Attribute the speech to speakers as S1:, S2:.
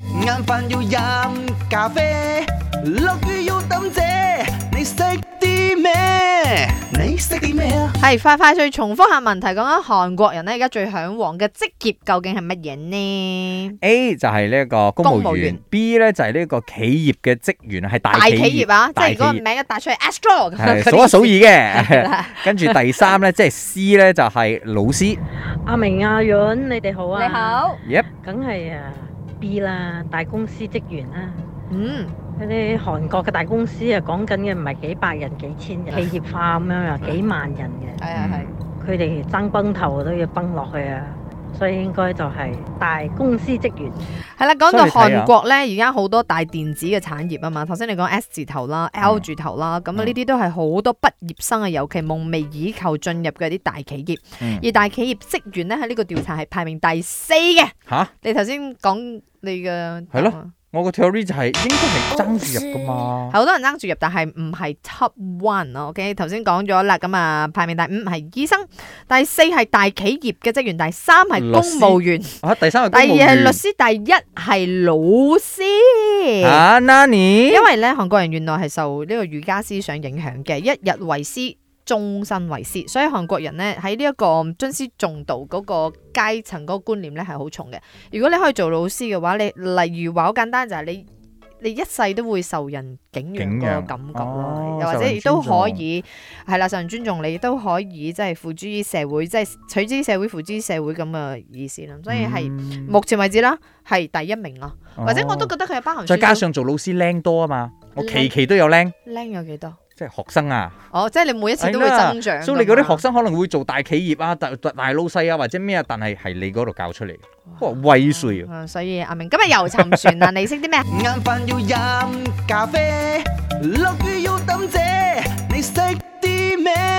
S1: 餐飯要飲咖啡，落雨要抌遮，你識啲咩？你識啲咩啊？
S2: 係快快脆重複下問題，講緊韓國人咧而家最向往嘅職業究竟係乜嘢呢？
S3: A 就係呢一個公
S2: 公務
S3: 務員
S2: 員
S3: ，B 咧就係呢一個企業嘅職員，係大
S2: 大企
S3: 企
S2: 業啊，即
S3: 大
S2: 係
S3: 企
S2: 嗰個
S3: 業
S2: 名一打出嚟，Astro
S3: 係
S2: 咁
S3: 數一數二
S2: 係
S3: 嘅。
S2: 啦
S3: 跟住第三咧，即係 C 咧就係老師。
S4: 阿明阿潤，你哋好啊！
S2: 你，好，
S3: Yep，
S4: 梗係啊 B 啦，大公司職員啦、
S2: 嗯，
S4: 嗰啲韓國嘅大公司啊，講緊嘅唔係幾百人、幾千人，企業化咁樣啊，
S2: 嗯
S4: 幾萬人嘅，
S2: 係啊係。
S3: 嗯
S4: 佢哋爭崩頭都要崩落去啊，所以應該就係大公司職員。
S2: 係啦，講到
S3: 所以你睇
S2: 韓
S3: 啊
S2: 國咧，而家好多大電子嘅產業啊嘛。頭先你講 S 字頭啦、L 字頭啦，咁啊
S3: 嗯
S2: 呢啲都係好多畢業生啊，尤其夢寐以求進入嘅啲大企業。
S3: 嗯
S2: 而大企業職員咧喺呢個調查係排名第四嘅。
S3: 吓，
S2: 你頭先講你嘅啊
S3: 係
S2: 咯，
S3: 咯
S2: 係
S3: 我個 theory 就係應該係爭住入噶嘛。
S2: 好多人爭住入，但係唔係 top one 咯。OK，頭先講咗啦，咁啊排名第五係醫生，第四係大企業嘅職員，第三係
S3: 律
S2: 公
S3: 師
S2: 務員，
S3: 啊，第三個
S2: 第
S3: 公務
S2: 二係
S3: 員
S2: 哎律。師，第一係老師。
S3: 啊，Nani，
S2: 因為咧，韓國人原來係受呢個儒家思想影響嘅，一日為師，終身為師，所以韓國人咧喺呢一個尊師重道嗰個階層嗰個觀念咧係好重嘅。如果你可以做老師嘅話，你例如話好簡單就係你。你一世都會受人景仰
S3: 景
S2: 個
S3: 仰
S2: 感覺咯，
S3: 哦
S2: 又或
S3: 受
S2: 者
S3: 人
S2: 亦都
S3: 尊重
S2: 可以係啦，受人尊重你亦都可以即係付諸於社會，即係取之於社會，付諸於社會咁嘅意思啦。所以係
S3: 嗯
S2: 目前為止啦，係第一名咯，或者我都
S3: 哦
S2: 覺得佢係包含
S3: 再加
S2: 書
S3: 上做老師靚多啊嘛，我
S2: 靚
S3: 期期都有靚，
S2: 中靚有幾多。
S3: 即係學生啊。
S2: 哦，即係你每一次都會
S3: 係啦
S2: 增長㗎嘛。
S3: 所以你嗰啲學生可能會做大企業啊、大大大老細啊或者咩啊，但係係你嗰度教出嚟嘅，哇威水啊！
S2: 嗯所以阿明今日又沉船 啦，你識啲咩？
S1: 晏飯要飲咖啡，落雨要抌遮，你識啲咩？